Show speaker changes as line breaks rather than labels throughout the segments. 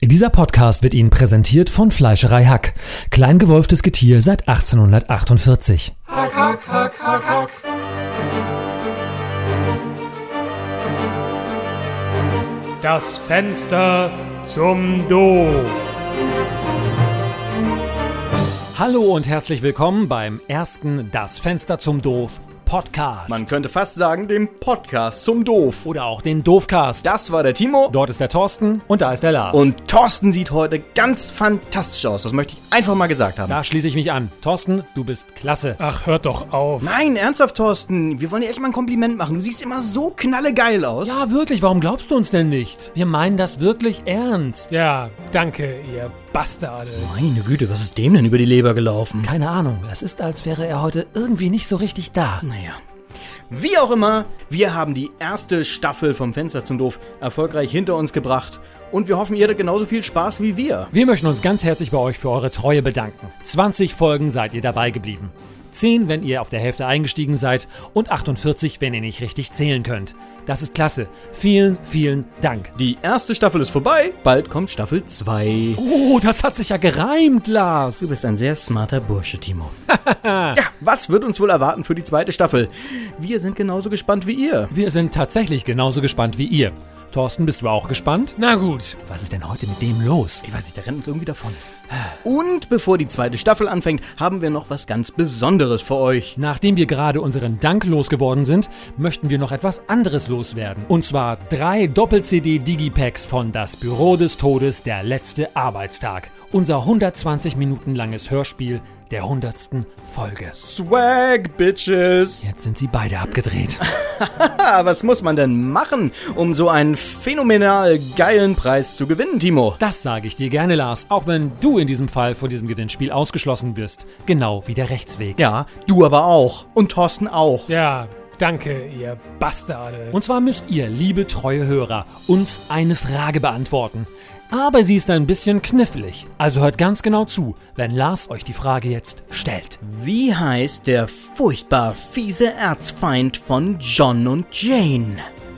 Dieser Podcast wird Ihnen präsentiert von Fleischerei Hack. Kleingewolftes Getier seit 1848.
Hack, hack, hack, hack, hack.
Das Fenster zum Doof.
Hallo und herzlich willkommen beim ersten Das Fenster zum Doof Podcast.
Man könnte fast sagen, dem Podcast zum Doof.
Oder auch den Doofcast.
Das war der Timo.
Dort ist der Thorsten und da ist der Lars.
Und Thorsten sieht heute ganz fantastisch aus. Das möchte ich einfach mal gesagt haben.
da schließe ich mich an. Thorsten, du bist klasse.
Ach, hört doch auf.
Nein, ernsthaft, Thorsten. Wir wollen dir echt mal ein Kompliment machen. Du siehst immer so knallegeil aus.
Ja, Ah, wirklich, warum glaubst du uns denn nicht? Wir meinen das wirklich ernst.
Ja, danke, ihr Bastarde.
Meine Güte, was ist dem denn über die Leber gelaufen?
Keine Ahnung, es ist, als wäre er heute irgendwie nicht so richtig da.
Naja. Wie auch immer, wir haben die erste Staffel vom Fenster zum Doof erfolgreich hinter uns gebracht. Und wir hoffen, ihr hattet genauso viel Spaß wie wir.
Wir möchten uns ganz herzlich bei euch für eure Treue bedanken. 20 Folgen seid ihr dabei geblieben. 10, wenn ihr auf der Hälfte eingestiegen seid und 48, wenn ihr nicht richtig zählen könnt. Das ist klasse. Vielen, vielen Dank.
Die erste Staffel ist vorbei. Bald kommt Staffel 2.
Oh, das hat sich ja gereimt, Lars.
Du bist ein sehr smarter Bursche, Timo. ja, was wird uns wohl erwarten für die zweite Staffel? Wir sind genauso gespannt wie ihr.
Wir sind tatsächlich genauso gespannt wie ihr. Thorsten, bist du auch gespannt?
Na gut.
Was ist denn heute mit dem los?
Ich weiß nicht, der rennt uns irgendwie davon. Und bevor die zweite Staffel anfängt, haben wir noch was ganz Besonderes für euch.
Nachdem wir gerade unseren Dank losgeworden sind, möchten wir noch etwas anderes loswerden. Und zwar drei Doppel-CD-Digipacks von Das Büro des Todes, der letzte Arbeitstag. Unser 120 Minuten langes Hörspiel der 100. Folge.
Swag, Bitches!
Jetzt sind sie beide abgedreht.
Ja, was muss man denn machen, um so einen phänomenal geilen Preis zu gewinnen, Timo?
Das sage ich dir gerne, Lars, auch wenn du in diesem Fall von diesem Gewinnspiel ausgeschlossen bist. Genau wie der Rechtsweg.
Ja, du aber auch. Und Thorsten auch.
Ja, danke, ihr Bastarde.
Und zwar müsst ihr, liebe treue Hörer, uns eine Frage beantworten. Aber sie ist ein bisschen knifflig, also hört ganz genau zu, wenn Lars euch die Frage jetzt stellt.
Wie heißt der furchtbar fiese Erzfeind von John und Jane?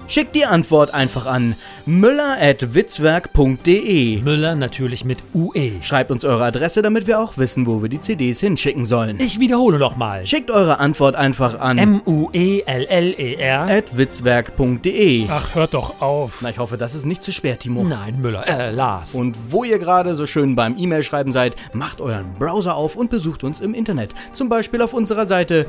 Schickt die Antwort einfach an müller.witzwerk.de.
Müller natürlich mit E. UE.
Schreibt uns eure Adresse, damit wir auch wissen, wo wir die CDs hinschicken sollen.
Ich wiederhole nochmal.
Schickt eure Antwort einfach an
E M-U-E-L-L-E-R.
witzwerk.de.
Ach, hört doch auf.
Na, ich hoffe, das ist nicht zu schwer, Timo.
Nein, Müller, äh, Lars.
Und wo ihr gerade so schön beim E-Mail-Schreiben seid, macht euren Browser auf und besucht uns im Internet. Zum Beispiel auf unserer Seite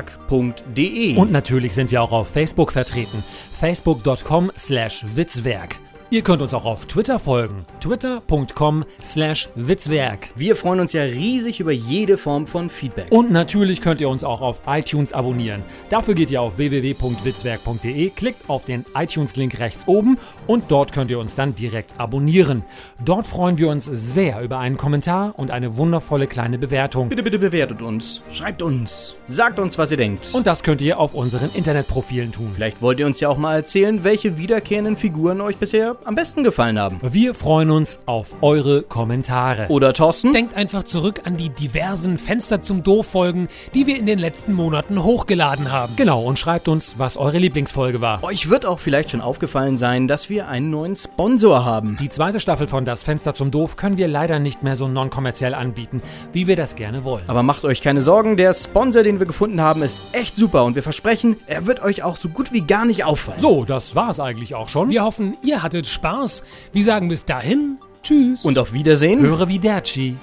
witzwerk.de.
Und natürlich sind wir auch auf Facebook vertreten. Facebook.com slash Witzwerk. Ihr könnt uns auch auf Twitter folgen. Twitter.com slash Witzwerk.
Wir freuen uns ja riesig über jede Form von Feedback.
Und natürlich könnt ihr uns auch auf iTunes abonnieren. Dafür geht ihr auf www.witzwerk.de, klickt auf den iTunes-Link rechts oben und dort könnt ihr uns dann direkt abonnieren. Dort freuen wir uns sehr über einen Kommentar und eine wundervolle kleine Bewertung.
bitte, bitte bewertet uns, schreibt uns, sagt uns, was ihr denkt.
Und das könnt ihr auf unseren Internetprofilen tun.
vielleicht wollt ihr uns ja auch mal erzählen, welche wiederkehrenden Figuren euch bisher am besten gefallen haben.
Wir freuen uns auf eure Kommentare.
Oder Thorsten?
Denkt einfach zurück an die diversen Fenster zum Doof-Folgen, die wir in den letzten Monaten hochgeladen haben.
Genau, und schreibt uns, was eure Lieblingsfolge war.
euch wird auch vielleicht schon aufgefallen sein, dass wir einen neuen Sponsor haben.
Die zweite Staffel von Das Fenster zum Doof können wir leider nicht mehr so non-kommerziell anbieten, wie wir das gerne wollen.
Aber macht euch keine Sorgen, der Sponsor, den wir gefunden haben, ist echt super und wir versprechen, er wird euch auch so gut wie gar nicht auffallen.
So, das war's eigentlich auch schon.
Wir hoffen, ihr hattet Spaß. Wir sagen bis dahin, tschüss.
Und auf Wiedersehen.
höre wie Derci.